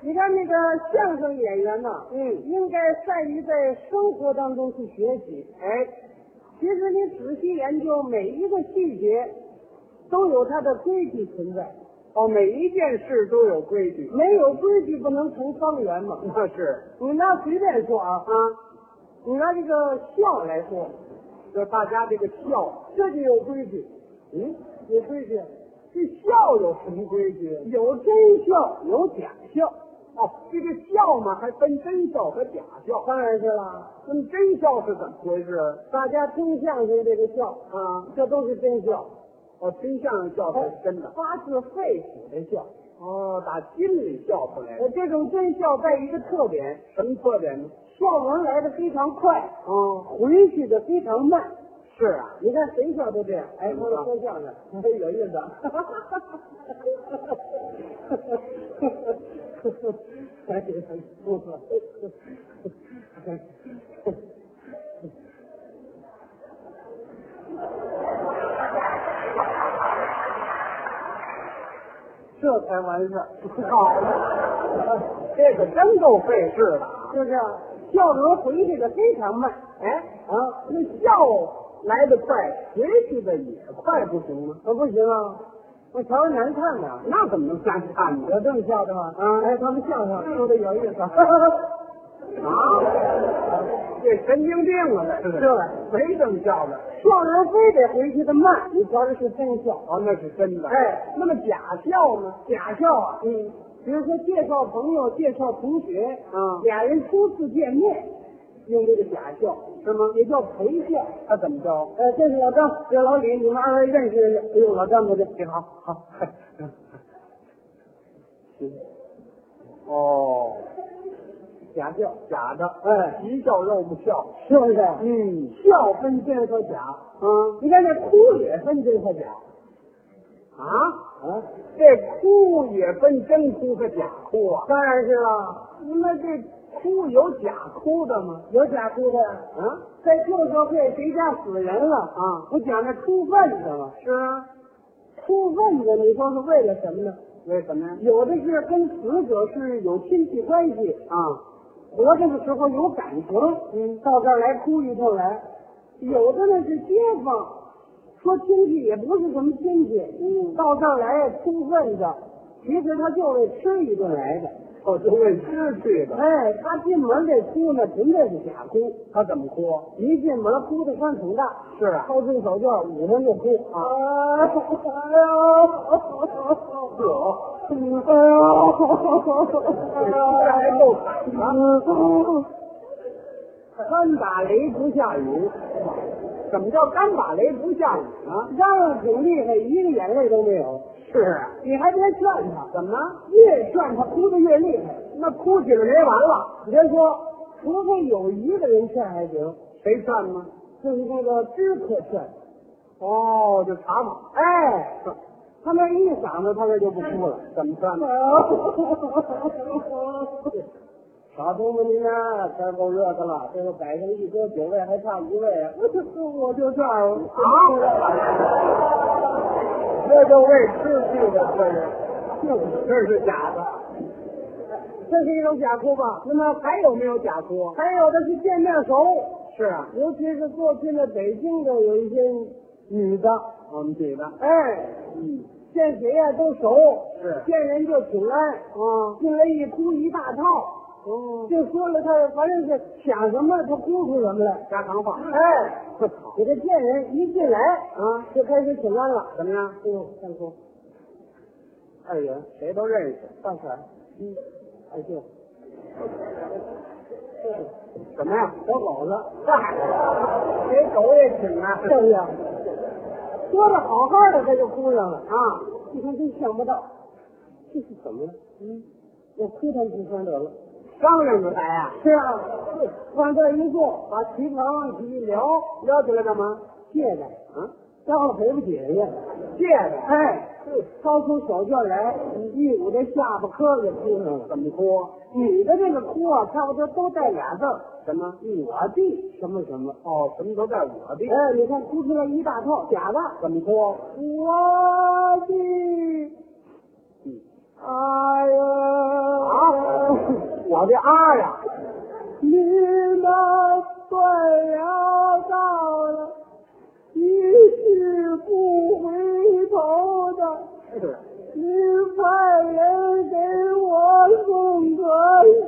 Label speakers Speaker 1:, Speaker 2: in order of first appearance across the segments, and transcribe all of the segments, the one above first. Speaker 1: 你看那个相声演员嘛，
Speaker 2: 嗯
Speaker 1: 应该善于在生活当中去学习。
Speaker 2: 哎，
Speaker 1: 其实你仔细研究每一个细节，都有它的规矩存在，
Speaker 2: 哦，每一件事都有规矩，
Speaker 1: 没有规矩不能成方圆嘛。
Speaker 2: 那是
Speaker 1: 你拿随便说啊
Speaker 2: 啊，，
Speaker 1: 你拿这个笑来说，
Speaker 2: 就大家这个笑，
Speaker 1: 这就有规矩，
Speaker 2: 嗯，
Speaker 1: 有规矩，
Speaker 2: 这笑有什么规矩？
Speaker 1: 有真笑，有假笑，
Speaker 2: 哦，这个笑嘛，还分真笑和假笑。
Speaker 1: 当然是啦。
Speaker 2: 那么真笑是怎么回事？
Speaker 1: 大家听相声这个笑，
Speaker 2: 啊，
Speaker 1: 这都是真笑，
Speaker 2: 哦，听相声笑才是真的。
Speaker 1: 发自肺腑的笑。
Speaker 2: 哦，打心里笑出来
Speaker 1: 呃，这种真笑带一个特点，
Speaker 2: 什么特点呢？
Speaker 1: 笑完来的非常快，
Speaker 2: 哦，
Speaker 1: 回去的非常慢。
Speaker 2: 是啊，
Speaker 1: 你看谁笑都这样，哎，
Speaker 2: 嗯
Speaker 1: 说了说相声，哎，有 意思啊。哎呀不错
Speaker 2: 这才完事儿。 好，这可真够费事的。
Speaker 1: 就是啊笑容回去的非常慢
Speaker 2: 哎，
Speaker 1: 啊，
Speaker 2: 那笑来得快，回去的也快，不行吗？
Speaker 1: 我不行啊，我瞧着难看呐、
Speaker 2: 那怎么能难看呢？
Speaker 1: 有这么笑的吗？
Speaker 2: 嗯
Speaker 1: 哎，他们相声说的有意思啊。
Speaker 2: 啊，这神经病啊！这
Speaker 1: 是
Speaker 2: 谁这么笑的？
Speaker 1: 笑人非得回去的慢，你瞧这是真笑。
Speaker 2: 哦，那是真的。
Speaker 1: 哎，
Speaker 2: 那么假笑呢？
Speaker 1: 假笑啊，
Speaker 2: 嗯，
Speaker 1: 比如说介绍朋友、介绍同学，
Speaker 2: 嗯
Speaker 1: 俩人初次见面，用这个假笑，
Speaker 2: 是吗？
Speaker 1: 也叫陪笑。
Speaker 2: 他怎么叫？
Speaker 1: 呃，这是老张，这是老李，你们二位认识认识？哎呦，老张不对，你好，
Speaker 2: 好，哦，
Speaker 1: 假笑，
Speaker 2: 假的，
Speaker 1: 哎，
Speaker 2: 一笑肉不笑。
Speaker 1: 是不是？
Speaker 2: 嗯
Speaker 1: 笑分真和假，
Speaker 2: 嗯
Speaker 1: 你看这哭也分真和假，
Speaker 2: 啊，
Speaker 1: 啊，
Speaker 2: 这哭也分真哭和假哭啊。
Speaker 1: 当然是了，
Speaker 2: 那这哭有假哭的吗？
Speaker 1: 有假哭的。
Speaker 2: 啊
Speaker 1: 在旧社会，谁家死人了
Speaker 2: 啊，
Speaker 1: 不讲那出份子吗？
Speaker 2: 是啊。
Speaker 1: 出份子，你说是为了什么呢？
Speaker 2: 为什么呀？
Speaker 1: 有的是跟死者是有亲戚关系，
Speaker 2: 啊，
Speaker 1: 活着的时候有感情，
Speaker 2: 嗯
Speaker 1: 到这儿来哭一通来；有的呢是街坊，说亲戚也不是什么亲戚，嗯，到这儿来出份子，其实他就为吃一顿来的。
Speaker 2: 我就哦为吃去的。
Speaker 1: 哎，他进门这哭呢，纯粹是假哭，
Speaker 2: 他怎么哭？
Speaker 1: 一进门哭的声挺大，
Speaker 2: 是啊，
Speaker 1: 掏出手绢捂上就哭
Speaker 2: 啊
Speaker 1: 哎呦
Speaker 2: 是哦，
Speaker 1: 哎呦，这还够惨的。哎
Speaker 2: 干打雷不下雨。怎么叫干打雷不下雨呢？
Speaker 1: 嚷嚷挺厉害，一个眼泪都没有。
Speaker 2: 是啊，
Speaker 1: 你还别劝他，
Speaker 2: 怎么？
Speaker 1: 越劝他哭的越厉害。
Speaker 2: 那哭起来谁完了？
Speaker 1: 你别说，除非有一个人劝还行，
Speaker 2: 谁劝吗？
Speaker 1: 就是那个知客劝。
Speaker 2: 哦，就查嘛。
Speaker 1: 哎，他那一嗓子，他这就不哭了。
Speaker 2: 怎么劝呢？
Speaker 1: 好东西您呐，天儿够热的了，这个摆上一桌酒位还差一位啊！ 我就这样
Speaker 2: 啊，这就为吃去的，这是，这是假的。
Speaker 1: 这是一种假哭吧？
Speaker 2: 那么还有没有假哭？
Speaker 1: 还有的是见面熟，
Speaker 2: 是啊，
Speaker 1: 尤其是坐进了北京的有一些女的，
Speaker 2: 我们举的。
Speaker 1: 哎，
Speaker 2: 嗯，
Speaker 1: 见谁呀、都熟，
Speaker 2: 是
Speaker 1: 见人就请安，
Speaker 2: 啊，
Speaker 1: 进来一哭一大套，
Speaker 2: 哦，
Speaker 1: 就说了他反正是想什么他哭出什么来。
Speaker 2: 家常话。
Speaker 1: 哎，
Speaker 2: 这好
Speaker 1: 你这见人一进来
Speaker 2: 啊，
Speaker 1: 就开始请安了，
Speaker 2: 怎么样？
Speaker 1: 哎呦，干哭，
Speaker 2: 二爷，谁都认识。啊
Speaker 1: 大婶，嗯，二舅，
Speaker 2: 怎么样？
Speaker 1: 小狗子，
Speaker 2: 嗨，给狗也请啊
Speaker 1: 是不是？说的好好的他就哭上了，
Speaker 2: 啊，
Speaker 1: 你看真想不到，
Speaker 2: 这是怎么了？
Speaker 1: 嗯，我哭他几声得了。
Speaker 2: 商量着来呀、
Speaker 1: 是啊，往这一坐，把旗袍往起一撩，
Speaker 2: 撩起来干嘛？
Speaker 1: 借的，
Speaker 2: 啊，
Speaker 1: 张了赔不起人家。
Speaker 2: 借呗。
Speaker 1: 哎，掏出手绢来，一捂这下巴颏给扑上了。
Speaker 2: 怎么啊哭？
Speaker 1: 女的这个哭啊，差不多都带俩字儿，
Speaker 2: 什么？
Speaker 1: 我弟什么什么。
Speaker 2: 哦，什么都在我的。
Speaker 1: 哎，你看哭出来一大套假的，
Speaker 2: 怎么哭？
Speaker 1: 我的，哎呀，
Speaker 2: 嗯啊我这啊呀，
Speaker 1: 你们快要到了，一去不回头的，
Speaker 2: 哎对，
Speaker 1: 您派人给我送个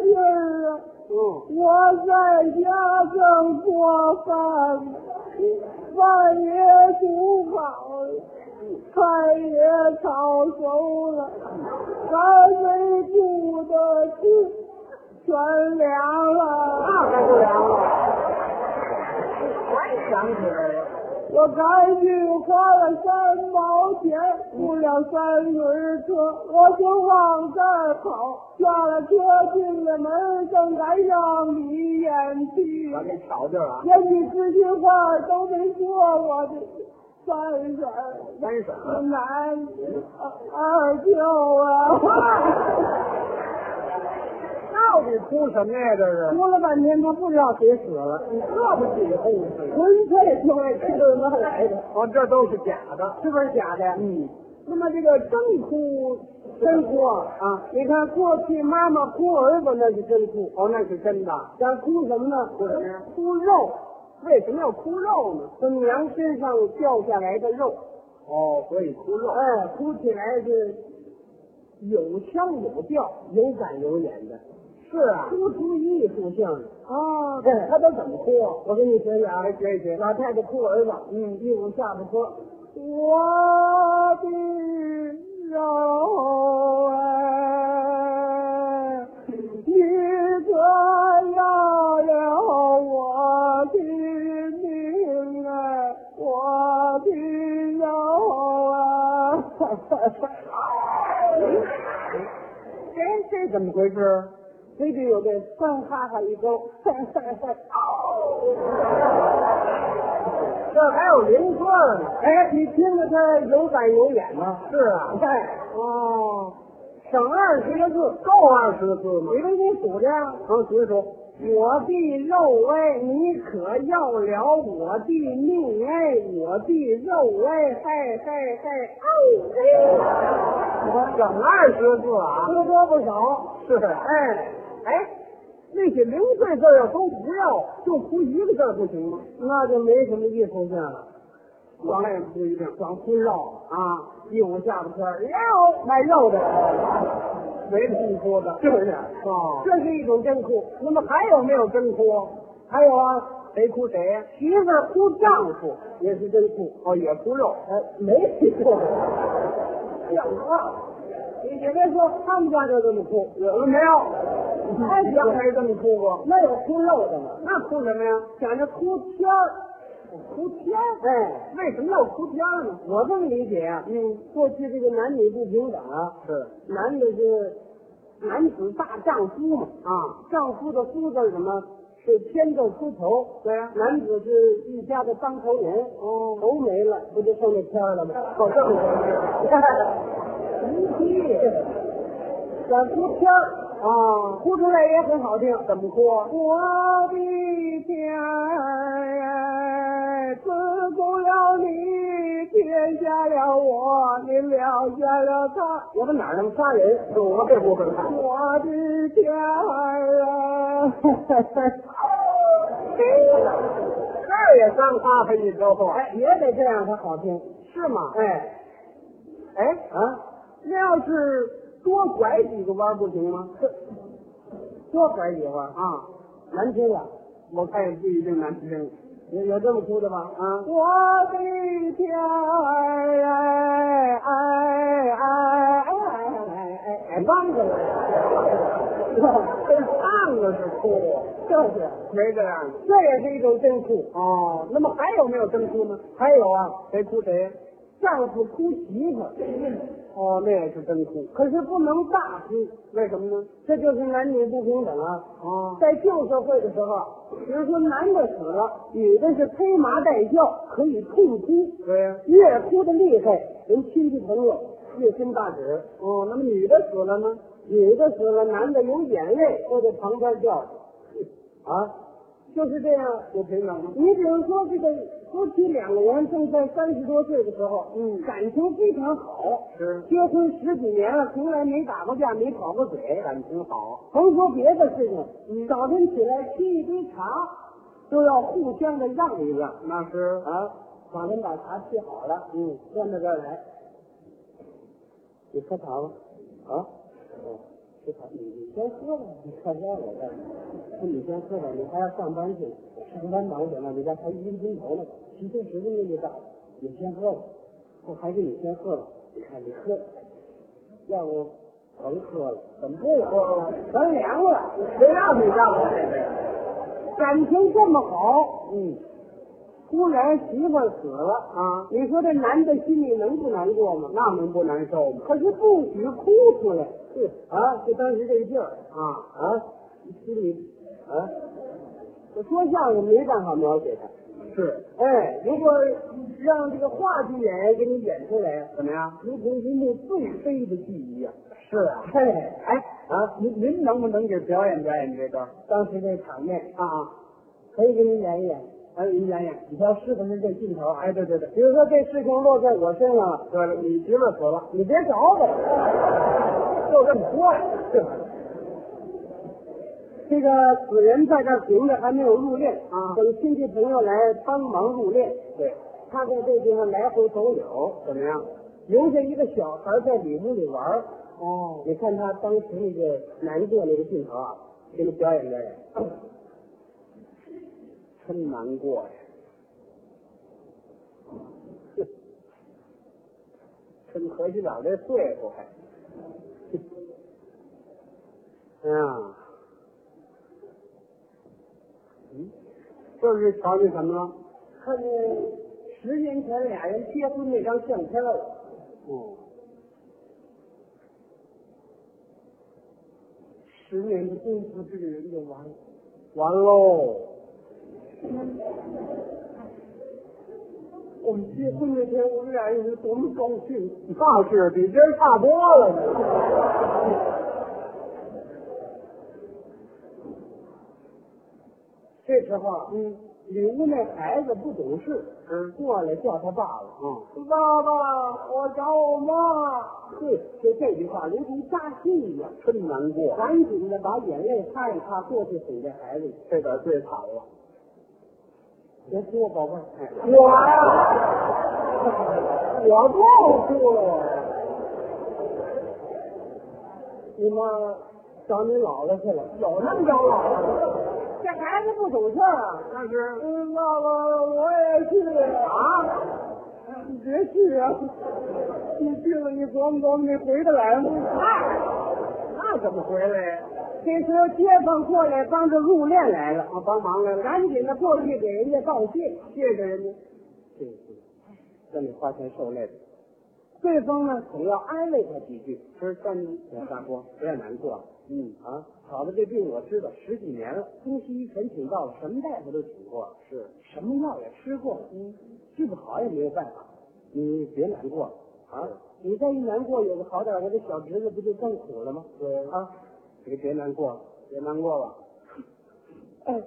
Speaker 1: 信儿啊！
Speaker 2: 嗯，
Speaker 1: 我在家正做饭呢，饭也煮好了，菜也炒熟了，还没顾得吃，全凉了。
Speaker 2: 那可不凉了。我想起来了，
Speaker 1: 我赶紧花了三毛钱雇了三轮车，我就往这儿跑。下了车进了门，正赶上你演戏
Speaker 2: 我，给巧劲儿啊，
Speaker 1: 连你这些话都没说我的三婶儿、
Speaker 2: 三婶儿，
Speaker 1: 男二舅啊。
Speaker 2: 到底哭什么呀？这是，
Speaker 1: 说了半天，他不知道谁死了，
Speaker 2: 你这么几个故事，
Speaker 1: 纯粹就为吃顿饭来的，
Speaker 2: 哦，这都是假的。
Speaker 1: 是不是假的？
Speaker 2: 嗯，
Speaker 1: 那么这个真哭真哭啊！你看过去妈妈哭儿子那是真哭，
Speaker 2: 哦，那是真的。
Speaker 1: 咱哭什么呢？
Speaker 2: 哭什么呀
Speaker 1: 哭肉，
Speaker 2: 为什么要哭肉呢？
Speaker 1: 从娘身上掉下来的肉，
Speaker 2: 哦，所以哭肉
Speaker 1: 哎，哭起来是有腔有调，
Speaker 2: 有感有演的。是啊，
Speaker 1: 哭出艺术性来。
Speaker 2: 啊
Speaker 1: 哎他都怎么哭啊？我给你学学啊！
Speaker 2: 来学一学。
Speaker 1: 老太太哭儿子，嗯，一股下巴说：“我的肉啊儿，你可要了我的命儿，我的肉啊！”
Speaker 2: 哎这这怎么回事？
Speaker 1: 嘴里有个干哈哈一勾，
Speaker 2: 这还有零段呢。
Speaker 1: 哎，你听着他有板有眼吗？
Speaker 2: 是啊，
Speaker 1: 哎，
Speaker 2: 哦，
Speaker 1: 省二十个字，
Speaker 2: 够二十个字吗
Speaker 1: 你？给你数着啊。
Speaker 2: 能学说。
Speaker 1: 我的肉哎，你可要了我的命哎，我的肉哎，嗨嗨哎嗨，
Speaker 2: 整二十个字啊
Speaker 1: 哎，？不多不少，
Speaker 2: 是啊。
Speaker 1: 哎，
Speaker 2: 哎，那些零碎字
Speaker 1: 啊
Speaker 2: 要都不要，就哭一个字儿不行吗？
Speaker 1: 那就没什么意思性了，
Speaker 2: 光也哭一遍
Speaker 1: 光哭肉
Speaker 2: 啊，
Speaker 1: 一捂下巴圈儿，肉卖肉的，
Speaker 2: 没听说的。
Speaker 1: 是不是？
Speaker 2: 哦，
Speaker 1: 这是一种真哭。
Speaker 2: 那么还有没有真哭？
Speaker 1: 还有啊，
Speaker 2: 谁哭谁呀？
Speaker 1: 媳妇儿哭丈夫也是真哭，
Speaker 2: 哦，也哭肉。
Speaker 1: 呃，没听过，像话。哎啊你也别说，他们家就这么哭，
Speaker 2: 有没有？
Speaker 1: 太
Speaker 2: 你
Speaker 1: 讲
Speaker 2: 刚才这么哭过？
Speaker 1: 那有哭肉的吗？
Speaker 2: 那哭什么呀？
Speaker 1: 讲着哭天儿，哭天儿。哎，
Speaker 2: 为什么要哭天儿呢？
Speaker 1: 我这么理解啊，
Speaker 2: 嗯，
Speaker 1: 过去这个男女不平等啊，
Speaker 2: 是
Speaker 1: 男的是男子大丈夫嘛，
Speaker 2: 啊，
Speaker 1: 丈夫的夫字什么？是天字出头，
Speaker 2: 对呀
Speaker 1: 男子是一家的当头人，
Speaker 2: 哦，
Speaker 1: 头没了，不就剩那天儿了 吗？
Speaker 2: 哦，这么回事哦
Speaker 1: 无屁，讲哭天儿，
Speaker 2: 啊？
Speaker 1: 哭出来也很好听。
Speaker 2: 怎么哭啊？
Speaker 1: 我的天儿哎，自从了你，撇下了我，你撂下了他。
Speaker 2: 我们哪能杀人？我这部分看。
Speaker 1: 我的天儿 啊！
Speaker 2: 这儿也三花分一折货，
Speaker 1: 哎，也得这样才好听。
Speaker 2: 是吗？
Speaker 1: 哎
Speaker 2: 哎，
Speaker 1: 啊，
Speaker 2: 那要是多拐几个弯儿不行吗？
Speaker 1: 多拐几弯，
Speaker 2: 啊，
Speaker 1: 难听了。
Speaker 2: 我看也不一定难听
Speaker 1: 有有这么哭的吗？
Speaker 2: 啊。
Speaker 1: 我的天儿哎哎哎哎哎哎哎，忘了。
Speaker 2: 这唱的是哭，
Speaker 1: 就是，
Speaker 2: 没这样的。
Speaker 1: 这也是一种真哭。
Speaker 2: 哦，那么还有没有真哭呢？
Speaker 1: 还有啊，
Speaker 2: 谁哭谁？
Speaker 1: 丈夫哭媳妇儿，
Speaker 2: 哦，那也是真哭。
Speaker 1: 可是不能大哭，
Speaker 2: 为什么呢？
Speaker 1: 这就是男女不平等啊。
Speaker 2: 哦，
Speaker 1: 在旧社会的时候，比如说男的死了，女的是披麻戴孝，可以痛哭，
Speaker 2: 对呀、
Speaker 1: 越哭的厉害，人亲戚朋友越伸大指；
Speaker 2: 哦，那么女的死了呢？
Speaker 1: 女的死了，男的流眼泪都在旁边掉着，啊，就是这样。
Speaker 2: 不平等吗？
Speaker 1: 你比如说这个夫妻两个人正在三十多岁的时候，
Speaker 2: 嗯
Speaker 1: 感情非常好，
Speaker 2: 是
Speaker 1: 结婚十几年了，从来没打过架，没吵过嘴，
Speaker 2: 感情好，嗯
Speaker 1: 甭说别的事情，早晨起来沏一杯茶，都要互相的让一让。
Speaker 2: 那是
Speaker 1: 啊，早晨把茶沏好了，
Speaker 2: 嗯，
Speaker 1: 端到这儿来，你喝茶吧，啊，哦，吃茶，你你先喝吧，你看家我干什么？不，你先喝吧，你还要上班去，上班忙什么？你这还一个钟头呢，十分十分钟就到了，你先喝吧，我还是你先喝吧，你看你喝，要不甭喝了，怎么不喝了？咱凉了，
Speaker 2: 谁让你让我这个？
Speaker 1: 感情这么好，
Speaker 2: 嗯
Speaker 1: 突然媳妇儿死了。
Speaker 2: 啊，
Speaker 1: 你说这男的心里能不难过吗？
Speaker 2: 那能不难受吗？
Speaker 1: 可是不许哭出来。
Speaker 2: 是
Speaker 1: 啊，就当时这劲儿
Speaker 2: 啊，
Speaker 1: 啊，心里啊，我说相声没办法描写他。
Speaker 2: 是
Speaker 1: 哎，如果让这个话剧演员给你演出来，
Speaker 2: 怎么样？
Speaker 1: 如同一幕最悲的记忆啊！
Speaker 2: 是啊，
Speaker 1: 嘿，
Speaker 2: 哎啊，您您能不能给表演表演这段儿
Speaker 1: 当时这场面
Speaker 2: 啊？
Speaker 1: 可以给你演一演。
Speaker 2: 哎，您演演。
Speaker 1: 你瞧是不是这劲头啊？
Speaker 2: 哎，对对对，
Speaker 1: 比如说这事情落在我身上了，
Speaker 2: 对了，你媳妇儿死了，
Speaker 1: 你别找我，
Speaker 2: 就这么说呀？是吧
Speaker 1: 这个死人在这儿停着，还没有入殓
Speaker 2: 啊
Speaker 1: 等亲戚朋友来帮忙入殓。
Speaker 2: 对，
Speaker 1: 他在这地方来回走柳，
Speaker 2: 怎么样？
Speaker 1: 留下一个小孩在里屋里玩儿。
Speaker 2: 哦，
Speaker 1: 你看他当时那个难过那个镜头啊，给你表演表演。
Speaker 2: 真难过 呀，真合计了这岁数还。
Speaker 1: 嗯，嗯
Speaker 2: 这是瞧见什么了？
Speaker 1: 看见十年前俩人结婚那张相片了。嗯
Speaker 2: 哦，十年的功夫，这个人就完了，完喽！
Speaker 1: 我们结婚那天，我们俩人是多么高兴！
Speaker 2: 那是比今儿差多了呢。
Speaker 1: 这时候啊，
Speaker 2: 嗯
Speaker 1: 里屋那孩子不懂事，
Speaker 2: 嗯
Speaker 1: 过来叫他爸爸。
Speaker 2: 嗯，
Speaker 3: 爸爸，我找我妈，
Speaker 1: 对，就这句话如同扎心一样，
Speaker 2: 真难过，
Speaker 1: 赶紧的把眼泪擦一擦，过去哄这孩子去。
Speaker 2: 这点儿最惨了。
Speaker 1: 别哭，宝贝儿。哎
Speaker 2: 我呀，我不哭了。
Speaker 1: 你妈找你姥姥去了，
Speaker 2: 有那么着了？
Speaker 1: 这孩子不懂事儿啊！
Speaker 2: 那是
Speaker 3: 嗯，爸爸，我也去了。
Speaker 2: 啊，
Speaker 3: 你别去啊！你去了，你琢磨琢磨，你回得来吗？
Speaker 2: 哎那怎么回来呀？
Speaker 1: 这时候街坊过来帮着入殓来了，
Speaker 2: 啊，帮忙来了，
Speaker 1: 赶紧的过去给人家道谢。
Speaker 2: 谢谢人家。
Speaker 1: 对对，让你花钱受累了。对方呢，总要安慰他几句。
Speaker 2: 是干你，
Speaker 1: 我大伯，不要难过了
Speaker 2: 嗯，
Speaker 1: 啊！好的，这病我知道十几年了，中西医全请到了，什么大夫都请过了，
Speaker 2: 是
Speaker 1: 什么药也吃过了，嗯，治不好也没有办法。你别难过了啊！你再一难过，有个好点儿，我这小侄子不就更苦了吗？
Speaker 2: 对
Speaker 1: 啊，
Speaker 2: 别别难过了，别难过了，
Speaker 1: 哎，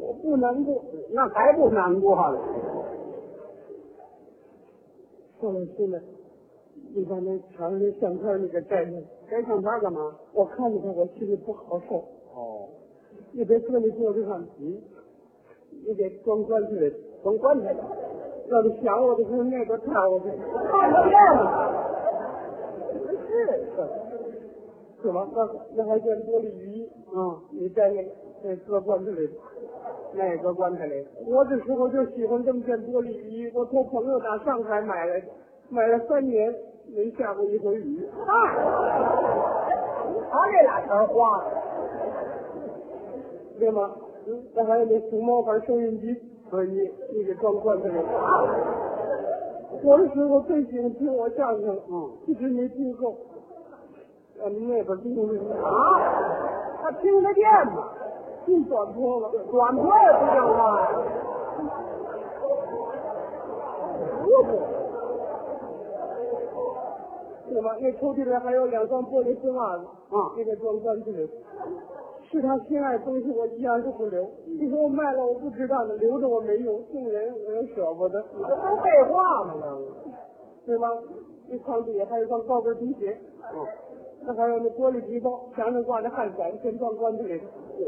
Speaker 1: 我不难过。
Speaker 2: 那还不难过了？
Speaker 1: 后来进来，你把那墙上那相片儿那个摘下来，
Speaker 2: 摘相片干嘛？
Speaker 1: 我看见他，我心里不好受。
Speaker 2: 哦，
Speaker 1: 你别说你坐这上，嗯，你得装棺材里，
Speaker 2: 甭管他去，
Speaker 1: 要是想我的时候，那边看我去。
Speaker 2: 看不见了。
Speaker 1: 是吧？那那还见玻璃鱼，
Speaker 2: 嗯，
Speaker 1: 你摘下来，这搁棺材里。
Speaker 2: 那搁棺材里，
Speaker 1: 我这时候就喜欢这么件玻璃鱼，我托朋友打上海买来的，买了三年没下过一回雨。
Speaker 2: 啊他这俩钱花的，
Speaker 1: 对吗？嗯，那还有那熊猫牌收音机，
Speaker 2: 所以
Speaker 1: 你给装罐子里。
Speaker 2: 啊
Speaker 1: 有的时候最喜欢听我相声，
Speaker 2: 嗯，
Speaker 1: 一直没听够。俺们那边听着，
Speaker 2: 啊，他听得见吗？
Speaker 1: 净短坡了。
Speaker 2: 短波也不啊像话呀。
Speaker 1: 对吗？那抽屉里还有两双玻璃丝袜子，
Speaker 2: 嗯
Speaker 1: 啊你给装罐子里。世上心爱东西我一样都不留。你说我卖了我不值当的，留着我没用，送人我又舍不得，你这不是废话吗？对吗？一床底下还有一双高跟皮鞋，
Speaker 2: 嗯，
Speaker 1: 那还有那玻璃皮包，墙上挂着汗伞，全装棺材里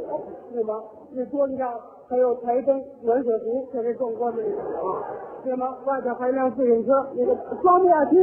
Speaker 1: 头，对吗？那桌子上还有台灯、暖水啊壶，全给装棺材里头，对吗？外头还一辆自行车，那个装不下去。